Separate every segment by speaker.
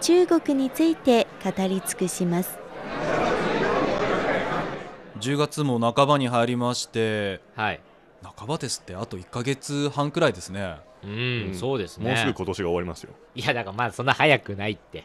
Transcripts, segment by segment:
Speaker 1: 中国について語り尽くします。
Speaker 2: 10月も半ばに入りまして
Speaker 3: はい。
Speaker 2: 半ばですってあと1ヶ月半くらいですね
Speaker 3: う、
Speaker 4: うんん
Speaker 3: そうですね。
Speaker 4: もうすぐ今年が終わりますよ。
Speaker 3: いや、だからまあそんな早くないって。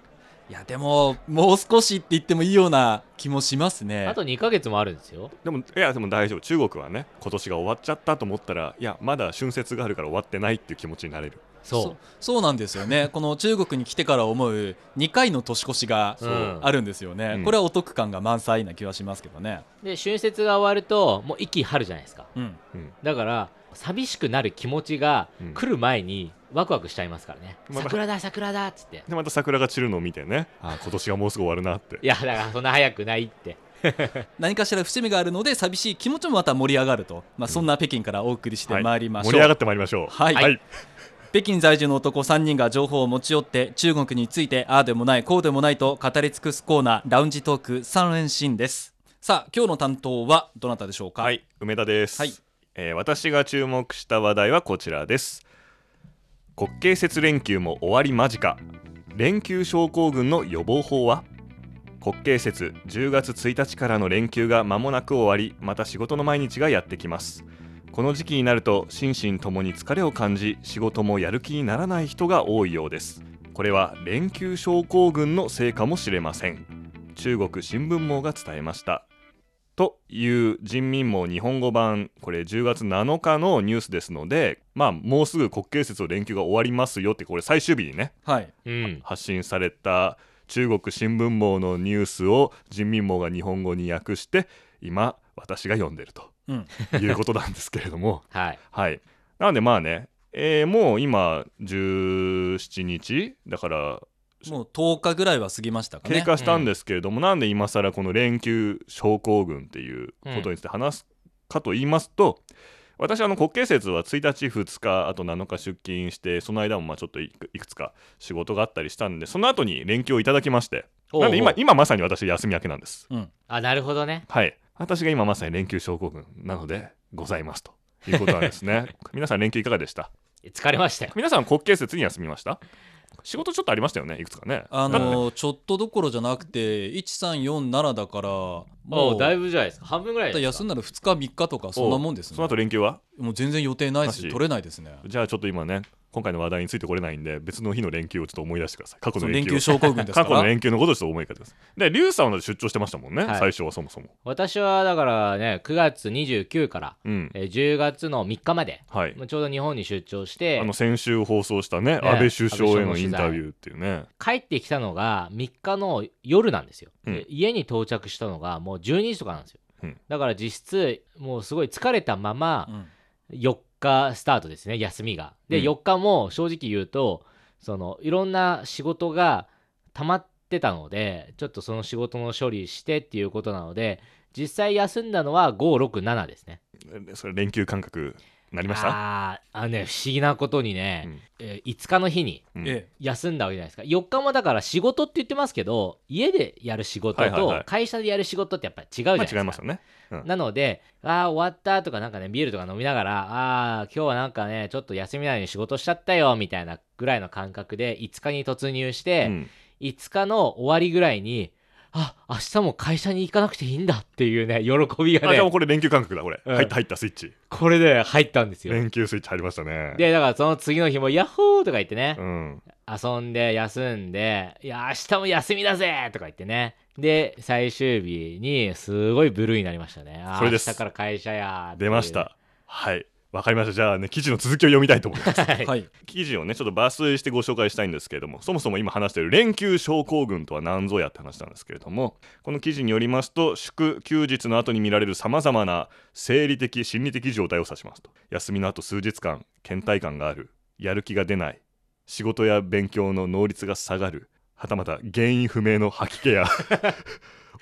Speaker 2: いやでももう少しって言ってもいいような気もしますね
Speaker 3: あと2ヶ月もあるんですよ。
Speaker 4: でも、いや、でも大丈夫。中国はね、今年が終わっちゃったと思ったら、いや、まだ春節があるから終わってないっていう気持ちになれる。
Speaker 3: そ
Speaker 2: そそうなんですよ ねこの中国に来てから思う2回の年越しが
Speaker 3: う。うん、
Speaker 2: あるんですよね、
Speaker 4: うん
Speaker 2: これはお得感が満載な気はしますけどね
Speaker 3: で、春節が終わると、もう息春じゃないですか。
Speaker 2: うん
Speaker 3: だから、寂しくなる気持ちが
Speaker 4: うん
Speaker 3: 来る前にワクワクしちゃいますからね。
Speaker 4: まだ
Speaker 3: 桜だ、桜だっつって。
Speaker 4: で、また桜が散るのを見てね、あ今年がもうすぐ終わるなって
Speaker 3: い。や、だからそんな早くないって。
Speaker 2: 何かしら節目があるので寂しい気持ちもまた盛り上がると、まあ、そんな北京からお送りしてまいりましょ
Speaker 4: 盛
Speaker 2: う、
Speaker 4: り上がってまいりましょう。
Speaker 2: はい
Speaker 4: はい。
Speaker 2: 北京在住の男3人が情報を持ち寄って中国についてああでもないこうでもないと語り尽くすコーナーラウンジトーク3連新ですさあ今日の担当はどなたでしょうか、
Speaker 4: はい、梅田です、
Speaker 2: はい
Speaker 4: えー私が注目した話題はこちらです国慶節連休も終わり間近連休症候群の予防法は国慶節10月1日からの連休が間もなく終わりまた仕事の毎日がやってきますこの時期になると心身ともに疲れを感じ仕事もやる気にならない人が多いようですこれは連休症候群のせいかもしれません中国新聞網が伝えましたという人民網日本語版これ10月7日のニュースですのでまあもうすぐ国慶節の連休が終わりますよってこれ最終日にね
Speaker 2: はい
Speaker 3: うん。
Speaker 4: 発信された中国新聞網のニュースを人民網が日本語に訳して今私が読んでると
Speaker 2: うん
Speaker 4: いうことなんですけれども
Speaker 3: はい。
Speaker 4: はいなのでまあね、えーもう今17日だから
Speaker 2: もう10日ぐらいは過ぎましたかね
Speaker 4: 経過したんですけれども、なんで今更この連休症候群っていうことについて話すかと言いますと、私あの国慶節は1日2日あと7日出勤してその間もまあちょっといくいくつか仕事があったりしたんでその後に連休をいただきまして
Speaker 3: おうおう
Speaker 4: なんで今今まさに私休み明けなんです
Speaker 3: あ、なるほどね。
Speaker 4: はい私が今まさに連休症候群なのでございますということなんですね 皆さん連休いかがでした
Speaker 3: 疲れましたよ。
Speaker 4: 皆さん国慶節に休みました仕事ちょっとありましたよねいくつかね
Speaker 2: あ
Speaker 4: だって
Speaker 2: のーちょっとどころじゃなくて1347だからも
Speaker 3: もうだいぶじゃないですか。半分ぐらいです
Speaker 2: 休
Speaker 3: か。
Speaker 2: んだら2日3日とかそんなもんです
Speaker 4: そ
Speaker 2: ね
Speaker 4: の後連休は
Speaker 2: もう全然予定ないです
Speaker 4: なし
Speaker 2: 取れないですね
Speaker 4: じゃあちょっと今ね、今回の話題についてこれないんで、別の日の連休をちょっと思い出してください。過去
Speaker 2: そ
Speaker 4: の
Speaker 2: の
Speaker 4: 連
Speaker 2: 連
Speaker 4: 休を
Speaker 2: 休症候群ですか
Speaker 4: 過去の
Speaker 2: ら
Speaker 4: 連休のことをちょっと思い浮かべてください。で、リュウさんはだって出張してましたもんね、
Speaker 3: はい
Speaker 4: 最初はそもそも。
Speaker 3: 私はだからね、9月29から、
Speaker 4: うん。
Speaker 3: えー10月の3日まで、
Speaker 4: はい。
Speaker 3: まあちょうど日本に出張して
Speaker 4: あの、先週放送したね、安倍首相へのインタビューっていうね。
Speaker 3: 帰ってきたのが3日の夜なんですよ、
Speaker 4: うん
Speaker 3: で家に到着したのがもう12時とかなんですよ、
Speaker 4: うん
Speaker 3: だから実質もうすごい疲れたまま
Speaker 2: うん
Speaker 3: 4日スタートですね休みがで、
Speaker 4: うん
Speaker 3: 4日も正直言うとそのいろんな仕事が溜まってたのでちょっとその仕事の処理してっていうことなので実際休んだのは567ですね
Speaker 4: でそれ連休感覚なりました
Speaker 3: あーあのね不思議なことにね、えー5日の日に
Speaker 4: うん
Speaker 2: え
Speaker 3: 休んだわけじゃないですか4日もだから仕事って言ってますけど家でやる仕事
Speaker 4: はいはいは
Speaker 3: と
Speaker 4: い
Speaker 3: 会社でやる仕事ってやっぱ違うじゃないで
Speaker 4: まあ
Speaker 3: すか、
Speaker 4: 違いますよね。
Speaker 3: なのでああ終わったとかなんかねビールとか飲みながらああ今日はなんかねちょっと休みなのに仕事しちゃったよみたいなぐらいの感覚で5日に突入し
Speaker 4: う
Speaker 3: て、
Speaker 4: ん
Speaker 3: 5日の終わりぐらいにあ明日も会社に行かなくていいんだっていうね喜びが
Speaker 4: あ、じゃあもう
Speaker 3: ね
Speaker 4: これ連休感覚だ、これ。
Speaker 3: うん
Speaker 4: 入った入ったスイッチ。
Speaker 3: これで入ったんですよ
Speaker 4: 連休スイッチ入りましたね。
Speaker 3: でだからその次の日もヤッホーとか言ってね、
Speaker 4: うん。
Speaker 3: 遊んで休んで「いや明日も休みだぜ!」とか言ってねで最終日にすごいブルーになりましたねあー
Speaker 4: それです
Speaker 3: 明日から会社やーってい
Speaker 4: 出
Speaker 3: う
Speaker 4: ました。はい。わかりました。じゃあね、記事の続きを読みたいと思います。
Speaker 2: えはい
Speaker 4: 記事をねちょっと抜粋してご紹介したいんですけれどもそもそも今話している連休症候群とは何ぞやって話なんですけれどもこの記事によりますと祝休日の後に見られるさまざまな生理的心理的状態を指しますと休みの後数日間倦怠感があるやる気が出ない仕事や勉強の能率が下がるはたまた原因不明の吐き気や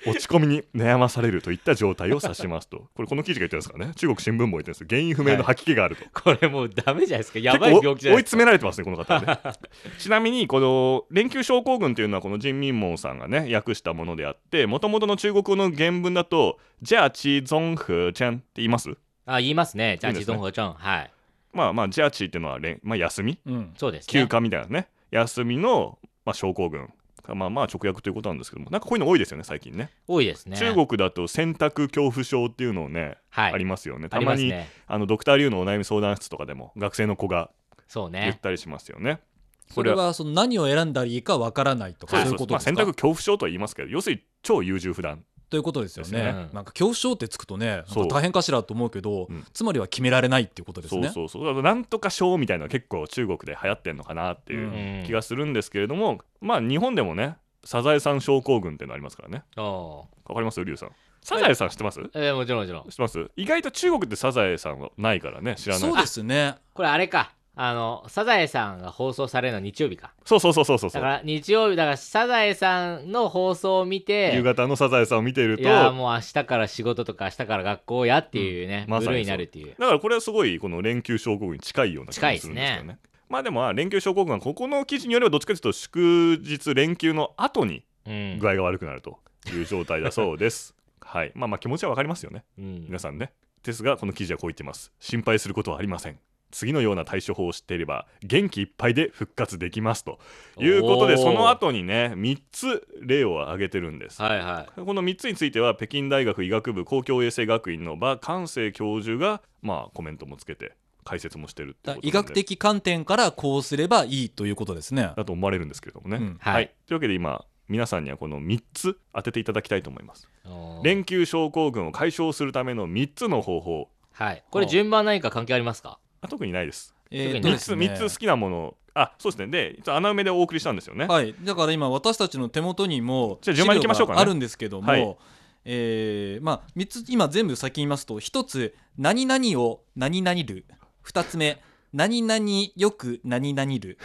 Speaker 4: 落ち込みに悩まされるといった状態を指しますとこれこの記事が言ってるんですからね中国新聞も言ってるんです原因不明の吐き気があると、
Speaker 3: これもうダメじゃないですか。やばい
Speaker 4: 結構
Speaker 3: 病気じゃな
Speaker 4: 追い
Speaker 3: いです
Speaker 4: 詰められてますねこの方はね ちなみにこの連休症候群というのはこの人民網さんがね訳したものであってもともとの中国語の原文だと「じゃあちゾンフちゃん」って言います
Speaker 3: か。あ、言いますね。じゃあ、
Speaker 4: いいで
Speaker 3: 自
Speaker 4: すね
Speaker 3: 動保ちゃん。はい。
Speaker 4: まあまあジャーチーっていうのは連、まあ、休み
Speaker 2: うん、
Speaker 3: そうですね。
Speaker 4: 休暇みたいなね休みの、まあ、症候群まあまあ直訳ということなんですけどもなんかこういうの多いですよね最近ね
Speaker 3: 多いですね。
Speaker 4: 中国だと選択恐怖症っていうのをね、
Speaker 3: はい。
Speaker 4: ありますよね
Speaker 3: あ
Speaker 4: た
Speaker 3: り
Speaker 4: ま
Speaker 3: ます
Speaker 4: にあ、
Speaker 3: ね。
Speaker 4: のドクター・リュウのお悩み相談室とかでも学生の子が
Speaker 3: そう
Speaker 4: 言っ
Speaker 3: ね。
Speaker 4: たりしますよね
Speaker 2: それはその何を選んだらいいかわからないとか、
Speaker 4: そう
Speaker 2: そうい
Speaker 4: そううそ
Speaker 2: こ
Speaker 4: う
Speaker 2: と
Speaker 4: まあ、
Speaker 2: ですか、
Speaker 4: 選択恐怖症とは言いますけど要するに超優柔不断
Speaker 2: ということですよね
Speaker 4: です
Speaker 3: ね
Speaker 2: なんか恐怖症ってつくとね
Speaker 4: そう
Speaker 2: なんか大変かしらと思うけど、
Speaker 4: うん
Speaker 2: つまりは決められないっていうことです
Speaker 4: そう
Speaker 2: ね
Speaker 4: そうそうだからなんとか症みたいなのは結構中国で流行ってんのかなっていう
Speaker 3: うん
Speaker 4: 気がするんですけれども、まあ日本でもねサザエさん症候群っていうのありますからね
Speaker 3: おう
Speaker 4: わかりますリュウさんサザエさん知ってます、
Speaker 3: えーもちろんもちろん
Speaker 4: 知。ってます意外と中国ってサザエさんはないからね知らない
Speaker 2: そうですね
Speaker 3: これあれか。あの、サザエさんが放送されるのは日曜日か。
Speaker 4: そうそうそうそうそうそ
Speaker 3: だ
Speaker 4: う
Speaker 3: から日曜日、だからサザエさんの放送を見て、
Speaker 4: 夕方のサザエさんを見ていると
Speaker 3: いやーもう明日から仕事とか明日から学校やっていうね、
Speaker 4: うんま
Speaker 3: ブ
Speaker 4: さにそう
Speaker 3: ルーになるっていう
Speaker 4: だからこれはすごいこの連休症候群に近いような気がするんですよ
Speaker 3: 近い
Speaker 4: ね
Speaker 3: で
Speaker 4: まあでもまあ連休症候群はここの記事によればどっちかというと祝日連休の後に
Speaker 3: うん
Speaker 4: 具合が悪くなるという状態だそうです、はいまあまあ気持ちはわかりますよね
Speaker 3: うん
Speaker 4: 皆さんねですがこの記事はこう言ってます心配することはありません次のような対処法を知っていれば元気いっぱいで復活できますということで
Speaker 3: おー
Speaker 4: その後にね3つ例を挙げてるんです、
Speaker 3: はいはい
Speaker 4: この3つについては北京大学医学部公共衛生学院の馬関生教授がまあコメントもつけて解説もしてるって
Speaker 2: だ
Speaker 4: い
Speaker 2: から
Speaker 4: うこと
Speaker 2: 医
Speaker 4: なん
Speaker 2: 学
Speaker 4: で
Speaker 2: 的観点からこうすればいいということですね
Speaker 4: だと思われるんですけれどもね、
Speaker 2: うん
Speaker 4: はい、
Speaker 3: は
Speaker 4: というわけで今皆さんにはこの3つ当てていただきたいと思います
Speaker 3: おー
Speaker 4: 連休症候群を解消するための3つの方法
Speaker 3: はいこれ順番何か関係ありますか
Speaker 4: あ特にないです
Speaker 2: えー
Speaker 3: 特に
Speaker 2: と
Speaker 3: ね
Speaker 4: 3
Speaker 2: で
Speaker 4: つ
Speaker 2: す
Speaker 4: 三
Speaker 2: ね
Speaker 4: つ好きなものあそうですねで実は穴埋めでお送りしたんですよね、
Speaker 2: はい、だから今私たちの手元にも
Speaker 4: じゃあ順番に行きましょうか
Speaker 2: 資料
Speaker 4: ね
Speaker 2: があるんですけども、
Speaker 4: はい
Speaker 2: えーまあ、3つ今全部先言いますと1つ「何々を何々る」2つ目「何々よく何々る」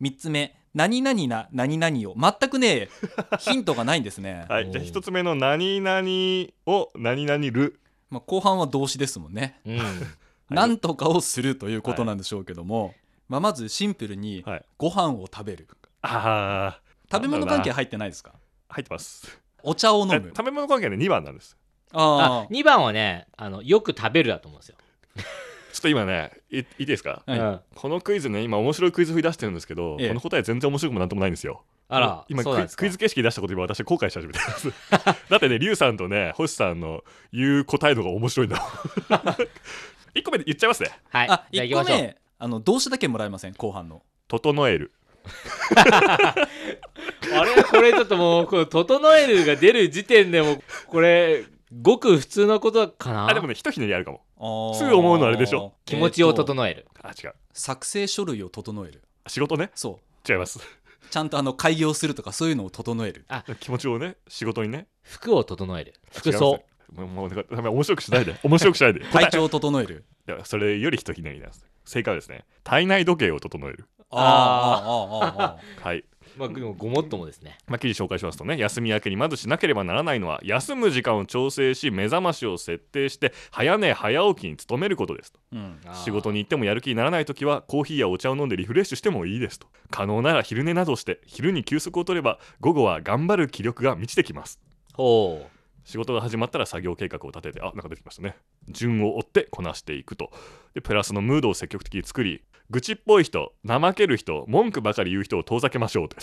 Speaker 2: 3つ目「何々な何々を」全くねヒントがないんですね、
Speaker 4: はい、
Speaker 3: おー
Speaker 4: じゃあ1つ目の「何々を何々る
Speaker 2: まあ、後半は動詞ですもんね
Speaker 3: うん
Speaker 2: なんとかをするということなんでしょうけども、まあ、まずシンプルに」
Speaker 4: はい
Speaker 2: ご飯を食べる
Speaker 4: あー
Speaker 2: 食べ
Speaker 4: なん
Speaker 2: 物
Speaker 4: だろ
Speaker 2: 関
Speaker 4: うな
Speaker 2: 係入ってないですか
Speaker 4: 入ってます
Speaker 2: お茶を飲
Speaker 4: え
Speaker 2: む
Speaker 4: 食べ物関係で2番なんです
Speaker 2: あ
Speaker 3: あ
Speaker 2: ー
Speaker 3: 2番はねあのよく食べるだと思うんですよ、
Speaker 4: ちょっと今ねいいいですか
Speaker 2: はい
Speaker 3: うん
Speaker 4: このクイズね今面白いクイズ振り出してるんですけど、
Speaker 2: ええ
Speaker 4: この答え全然面白くもなんともないんですよ
Speaker 3: あら
Speaker 4: 今
Speaker 3: そう
Speaker 4: ク
Speaker 3: なん
Speaker 4: イ
Speaker 3: です
Speaker 4: ズ
Speaker 3: か
Speaker 4: クイズ形式出したこと今私後悔し始めてます だってねリュウさんとね星さんの言う答えの方が面白いんだもん 一個目で言っちゃいますね
Speaker 3: はい
Speaker 2: あ、
Speaker 3: じゃあ
Speaker 2: 1
Speaker 3: 行
Speaker 2: 個
Speaker 3: きましょう
Speaker 2: 目、あの動詞だけもらえません、後半の。
Speaker 4: 整える
Speaker 3: あれこれちょっともうこの整えるが出る時点でもうこれごく普通のことかな
Speaker 4: あでもねひとひねりあるかも
Speaker 2: す
Speaker 4: すぐ思うのあれでしょ
Speaker 3: 気持ちを
Speaker 2: え
Speaker 3: 整える、
Speaker 4: あ違う
Speaker 2: 作成書類を整える。
Speaker 4: 仕事ね
Speaker 2: そ
Speaker 4: 違います
Speaker 2: う。ちゃんとあの開業するとかそういうのを整える。
Speaker 4: 気持ちをね仕事にね
Speaker 3: 服を整える服装
Speaker 4: 違いますもうもうなんかダメ面白くしないで面白く しないで答
Speaker 2: 体
Speaker 4: え
Speaker 2: 調を整える。
Speaker 4: いやそれよりひとひねりなんです正解はですね体内時計を整える
Speaker 2: あーあー、あーあー、あ
Speaker 4: はい
Speaker 3: まあでもごもっともですね
Speaker 4: まあ、記事紹介しますとね休み明けにまずしなければならないのは休む時間を調整し目覚ましを設定して早寝早起きに努めることですと
Speaker 2: ーうん。
Speaker 3: あー
Speaker 4: 仕事に行ってもやる気にならない時はコーヒーやお茶を飲んでリフレッシュしてもいいですと可能なら昼寝などして昼に休息を取れば午後は頑張る気力が満ちてきます
Speaker 3: ほう
Speaker 4: 仕事が始まったら作業計画を立ててあなんか出てきましたね順を追ってこなしていくとでプラスのムードを積極的に作り愚痴っぽい人怠ける人文句ばかり言う人を遠ざけましょうと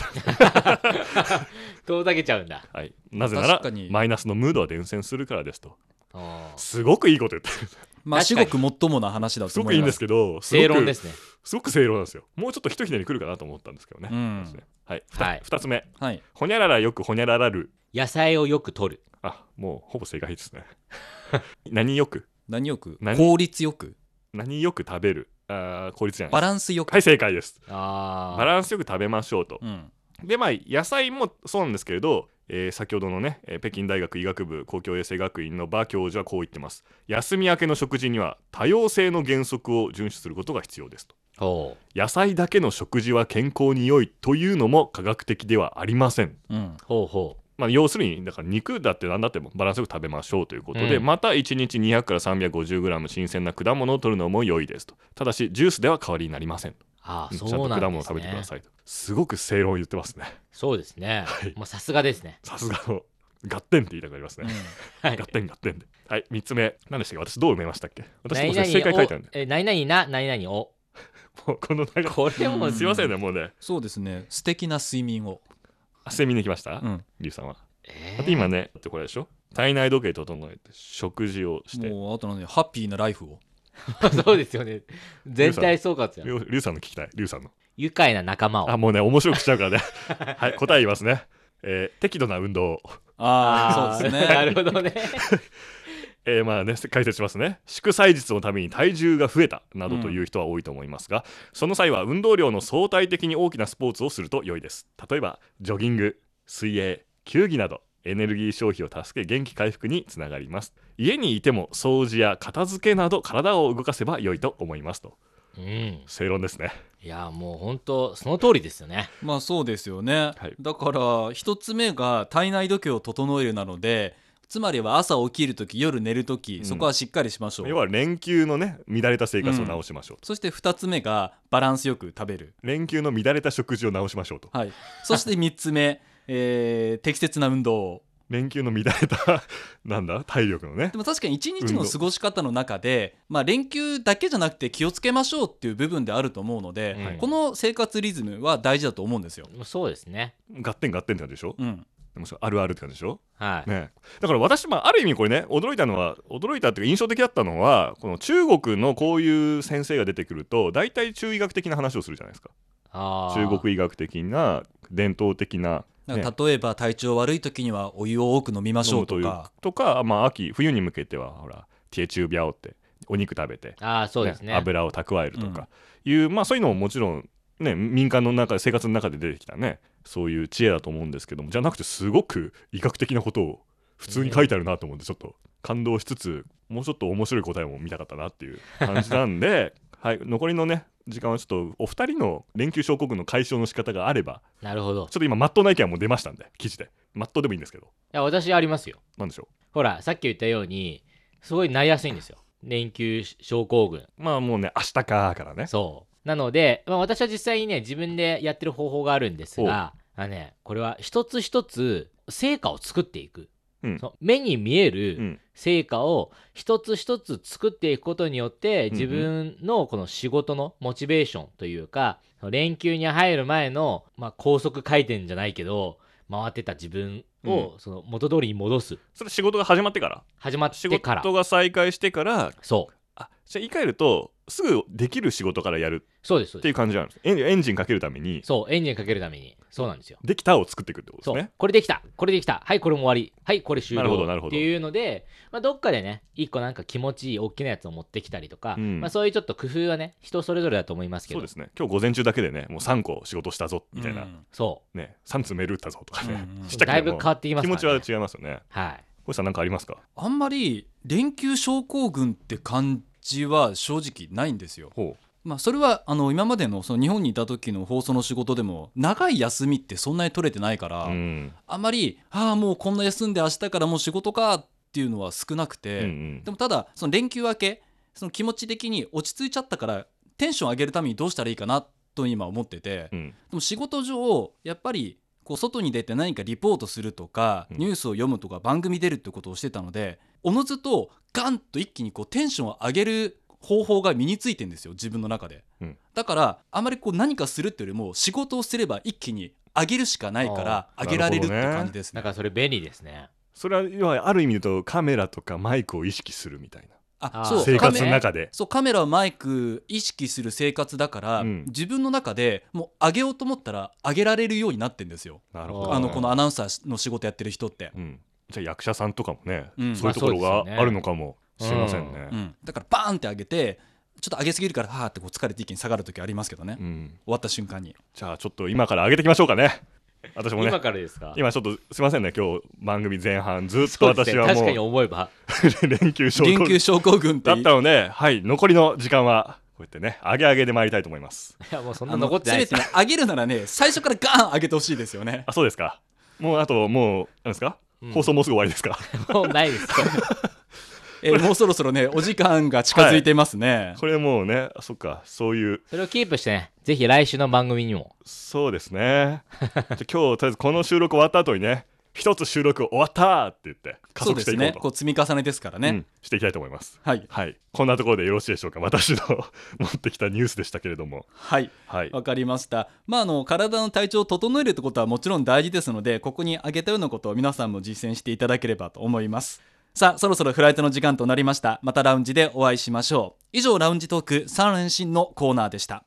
Speaker 3: 遠ざけちゃうんだ
Speaker 4: はい、なぜなら
Speaker 2: 確かに
Speaker 4: マイナスのムードは伝染するからですと
Speaker 3: おー
Speaker 4: すごくいいこと言っ てる
Speaker 2: まあ、至
Speaker 3: 確か
Speaker 2: 極
Speaker 3: に
Speaker 2: もっともな話だ
Speaker 4: す
Speaker 2: と
Speaker 4: ご
Speaker 2: 思
Speaker 4: くいい
Speaker 2: い
Speaker 4: ん
Speaker 2: ま
Speaker 4: です
Speaker 2: す。
Speaker 4: けどすごく
Speaker 3: 正論ですね
Speaker 4: すごく正論なんですよもうちょっとひとひねりくるかなと思ったんですけどね、
Speaker 2: うん
Speaker 4: そうですねはい、
Speaker 3: はい
Speaker 4: 2, つ目
Speaker 2: はい。
Speaker 4: ほにゃららよくほにゃららる
Speaker 3: 野菜をよく取る
Speaker 4: あもうほぼ正解ですね 何よく
Speaker 2: 何よく
Speaker 4: 何
Speaker 2: 効率よく
Speaker 4: 何よく食べるあー効率じゃな
Speaker 2: バ
Speaker 4: い
Speaker 2: ランスよく。
Speaker 4: はい正解です
Speaker 3: あ
Speaker 4: バランスよく食べましょうと
Speaker 2: うん。
Speaker 4: でまあ野菜もそうなんですけれど、えー先ほどのね、えー北京大学医学部公共衛生学院の馬教授はこう言ってます休み明けの食事には多様性の原則を遵守することが必要ですと
Speaker 3: ほ
Speaker 4: 野菜だけの食事は健康に良いというのも科学的ではありません、
Speaker 2: うん
Speaker 3: うほうほ
Speaker 4: まあ、要するにだから肉だって何だってもバランスよく食べましょうということで、
Speaker 3: うん
Speaker 4: また1日200から 350g 新鮮な果物を摂るのも良いですとただしジュースでは代わりになりませんと
Speaker 3: うああ
Speaker 4: ちゃ
Speaker 3: そ
Speaker 4: んと
Speaker 3: うなん
Speaker 4: 果物
Speaker 3: で
Speaker 4: を
Speaker 3: す
Speaker 4: 食べてく
Speaker 3: ね
Speaker 4: ださいとすごく正論を言ってますね
Speaker 3: そうですね
Speaker 4: はい
Speaker 3: もうさすがですね
Speaker 4: さすがのガッテンって言いたくなりますね、
Speaker 3: はい
Speaker 4: ガッテンガッテンではい3つ目何でしたっけ私どう埋めましたっけ 私
Speaker 3: 何
Speaker 4: もう正
Speaker 3: 々
Speaker 4: 正解書いてあるんで
Speaker 3: をえ何々な何々を
Speaker 4: もうこの流れ
Speaker 3: これも
Speaker 2: う
Speaker 4: すいませんねもうね
Speaker 2: そうですね素敵な睡眠を、
Speaker 4: 汗見に来ました、
Speaker 2: うん、
Speaker 4: リュウさんは
Speaker 3: え
Speaker 4: だって
Speaker 3: ー
Speaker 4: 今ねだってこれでしょ体内時計整えて食事をして
Speaker 2: もうあと何ハッピーなライフを
Speaker 3: そうですよね全体総括
Speaker 4: リ
Speaker 3: や
Speaker 4: ュウリュウさんの聞きたいリュウさんの
Speaker 3: 愉快な仲間を
Speaker 4: あもうね面白くしちゃうからねはい答え言いますね、えー適度な運動を、
Speaker 2: ああそうです
Speaker 3: な
Speaker 2: ね
Speaker 3: るほど ね
Speaker 4: えーまあね解説しますね祝祭日のために体重が増えたなどという人は多いと思いますが、その際は運動量の相対的に大きなスポーツをすると良いです例えばジョギング水泳球技などエネルギー消費を助け元気回復につながります家にいても掃除や片付けなど体を動かせば良いと思いますと
Speaker 3: うん
Speaker 4: 正論ですね
Speaker 3: いやもう本当その通りですよね
Speaker 2: まあそうですよね、
Speaker 4: はい
Speaker 2: だから一つ目が体内時計を整えるなのでつまりは朝起きるとき夜寝るとき、
Speaker 4: うん
Speaker 2: そこはしっかりしましょう
Speaker 4: 要は連休のね乱れた生活を直しましょうと、
Speaker 2: そして2つ目がバランスよく食べる、
Speaker 4: 連休の乱れた食事を直しましょうと
Speaker 2: はい、 そして3つ目、えー適切な運動を
Speaker 4: 連休の乱れた なんだ体力のね
Speaker 2: でも確かに一日
Speaker 4: 運
Speaker 2: の
Speaker 4: 動
Speaker 2: 過ごし方の中で、まあ、連休だけじゃなくて気をつけましょうっていう部分であると思うので、
Speaker 3: はい
Speaker 2: この生活リズムは大事だと思うんですよ。
Speaker 3: そうですね
Speaker 4: ガッテンガッテンって感じでしょ、
Speaker 2: うん、
Speaker 4: でもそれあるあるって感じでしょ、
Speaker 3: はい
Speaker 4: ね、だから私、まあ、ある意味これね驚いたのは驚いたっていうか印象的だったのはこの中国のこういう先生が出てくると大体中医学的な話をするじゃないですか
Speaker 3: あー
Speaker 4: 中国医学的な伝統的な
Speaker 2: なんか
Speaker 4: ね
Speaker 2: 例えば体調悪い時にはお湯を多く飲みまし
Speaker 4: 飲
Speaker 2: ょ
Speaker 4: む
Speaker 2: うとか
Speaker 4: とか、まあ、秋冬に向けてはほら「ティエチュービャオ」ってお肉食べて
Speaker 3: ああそうですね
Speaker 4: 油を蓄えるとかいう、まあそういうのももちろんね民間の中生活の中で出てきたねそういう知恵だと思うんですけどもじゃなくてすごく医学的なことを普通に書いてあるなと思ってちょっと感動しつつもうちょっと面白い答えも見たかったなっていう感じなんで、 はい、残りのね時間はちょっとお二人の連休症候群の解消の仕方があれば
Speaker 3: なるほどい
Speaker 4: ちょっと今まっとうな意見はもう出ましたんで記事でまっとうでもいいんですけど
Speaker 3: や私ありますよ
Speaker 4: なんでしょ
Speaker 3: ほらさっき言ったようにすごいなりやすいんですよ連休症候群
Speaker 4: うまあもうね明日かーからね
Speaker 3: そうなので、まあ、私は実際にね自分でやってる方法があるんですがあのねこれは一つ一つ成果を作っていく、
Speaker 4: うん
Speaker 3: その目に見え
Speaker 4: う
Speaker 3: る
Speaker 4: ん
Speaker 3: 成果を一つ一つ作っていくことによって
Speaker 4: ん
Speaker 3: 自分のこの仕事のモチベーションというかその連休に入る前の、まあ、高速回転じゃないけど回ってた自分をその元通りに戻す
Speaker 4: それ仕事が始まってから
Speaker 3: 始まっ
Speaker 4: 仕
Speaker 3: てから
Speaker 4: 事が再開してから
Speaker 3: そう
Speaker 4: あじゃあ言い換えるとすぐできる仕事からやる
Speaker 3: そうですそう
Speaker 4: っ
Speaker 3: です
Speaker 4: ていう感じなんですエンエンジンかけるために
Speaker 3: そうエンジンかけるためにそうなんですよ
Speaker 4: できたを作っていくってこと
Speaker 3: そう、
Speaker 4: ですね
Speaker 3: これできたこれできたはいこれも終わりはいこれ終了
Speaker 4: なるほどなるほど
Speaker 3: っていうので、まあ、どっかでね一個なんか気持ちいい大きなやつを持ってきたりとか、
Speaker 4: うん
Speaker 3: まあ、そういうちょっと工夫はね人それぞれだと思いますけ
Speaker 4: そう
Speaker 3: ど
Speaker 4: ですね今日午前中だけでねもう3個仕事したぞみたいな、
Speaker 2: うん
Speaker 3: そ
Speaker 4: ね3つメール打ったぞとか ね、
Speaker 2: うんうん
Speaker 4: ちっちゃく
Speaker 3: だいぶ
Speaker 4: ても
Speaker 3: 変わってきます
Speaker 4: 気
Speaker 3: から
Speaker 4: 持
Speaker 3: ね
Speaker 4: ちは違いますよね
Speaker 3: はい
Speaker 4: 星さんなんかありますか
Speaker 2: あんまり連休症候群って感じは正直ないんですよ。
Speaker 4: ほ
Speaker 2: まあ、それはあの今までのその日本にいた時の放送の仕事でも長い休みってそんなに取れてないから、
Speaker 4: ううん
Speaker 2: あまりああもうこんな休んで明日からもう仕事かっていうのは少なくて、
Speaker 4: うんうん
Speaker 2: でもただその連休明けその気持ち的に落ち着いちゃったからテンション上げるためにどうしたらいいかなと今思ってて、
Speaker 4: う
Speaker 2: で
Speaker 4: ん
Speaker 2: も仕事上やっぱりこう外に出て何かリポートするとか、
Speaker 4: うん
Speaker 2: ニュースを読むとか番組出るってことをしてたのでおのずとガンと一気にこうテンションを上げる方法が身についてんですよ自分の中で、
Speaker 4: うん
Speaker 2: だからあまりこう何かするっていうよりも仕事をすれば一気に上げるしかないから
Speaker 4: あー
Speaker 2: 上げられるって
Speaker 4: なるほどね
Speaker 2: 感じです
Speaker 3: だ
Speaker 2: ね
Speaker 3: からそれ便利ですね
Speaker 4: それは要はある意味で言うとカメラとかマイクを意識するみたい
Speaker 2: あ
Speaker 3: あー
Speaker 2: そう
Speaker 4: な生活
Speaker 2: カ
Speaker 4: の
Speaker 2: メ
Speaker 4: 中で
Speaker 2: そうカメラマイク意識する生活だから、
Speaker 4: うん
Speaker 2: 自分の中でもう上げようと思ったら上げられるようになってんですよ
Speaker 4: なるほ
Speaker 3: あ
Speaker 4: ど
Speaker 3: ー
Speaker 2: あのこのアナウンサーの仕事やってる人って、
Speaker 4: うん、じゃあ役者さんとかもね、
Speaker 2: うん
Speaker 4: そういうところ
Speaker 3: まあそうですよね
Speaker 4: があるのかもしれませんね、
Speaker 2: うんだからバーンって上げてちょっと上げすぎるからはーってこう疲れて一気に下がる時ありますけどね、
Speaker 4: う
Speaker 2: 終
Speaker 4: ん
Speaker 2: わった瞬間に
Speaker 4: じゃあちょっと今から上げていきましょうかね私もね
Speaker 3: 今からですか
Speaker 4: 今ちょっとすいませんね今日番組前半ずっと
Speaker 3: そうです
Speaker 4: 私
Speaker 3: ね
Speaker 4: は
Speaker 3: 確
Speaker 4: もう
Speaker 3: かに思えば
Speaker 4: 連休症候
Speaker 2: 連
Speaker 4: 群
Speaker 2: 休症候群って
Speaker 4: だったのではい残りの時間はうやってね上げ上げで参りたいと思います
Speaker 3: いやもうそん
Speaker 2: あ
Speaker 3: な
Speaker 2: の
Speaker 3: 残って
Speaker 2: せ
Speaker 3: ない
Speaker 2: め
Speaker 3: です
Speaker 2: てね上げるならね最初からガーン上げてほしいですよね
Speaker 4: あそうですかもうあともうなんですか、
Speaker 3: うん
Speaker 4: 放送もうすぐ終わりですか
Speaker 3: もうないです
Speaker 2: えーもうそろそろねお時間が近づいてますね、
Speaker 4: これもうねそっかそういう
Speaker 3: それをキープしてねぜひ来週の番組にも
Speaker 4: そうですねじゃあ今日とりあえずこの収録終わった後にね一つ収録終わったって言って加
Speaker 2: そうで
Speaker 4: 速して
Speaker 2: す
Speaker 4: いこう
Speaker 2: ね
Speaker 4: と
Speaker 2: こう積み重ねですからね、
Speaker 4: うんしていきたいと思います
Speaker 2: はい
Speaker 4: はいこんなところでよろしいでしょうか私の 持ってきたニュースでしたけれども
Speaker 2: はい
Speaker 4: はい
Speaker 2: わかりました、まあ、あの体の体調を整えるってことはもちろん大事ですのでここに挙げたようなことを皆さんも実践していただければと思いますさあそろそろフライトの時間となりましたまたラウンジでお会いしましょう以上ラウンジトーク3連新のコーナーでした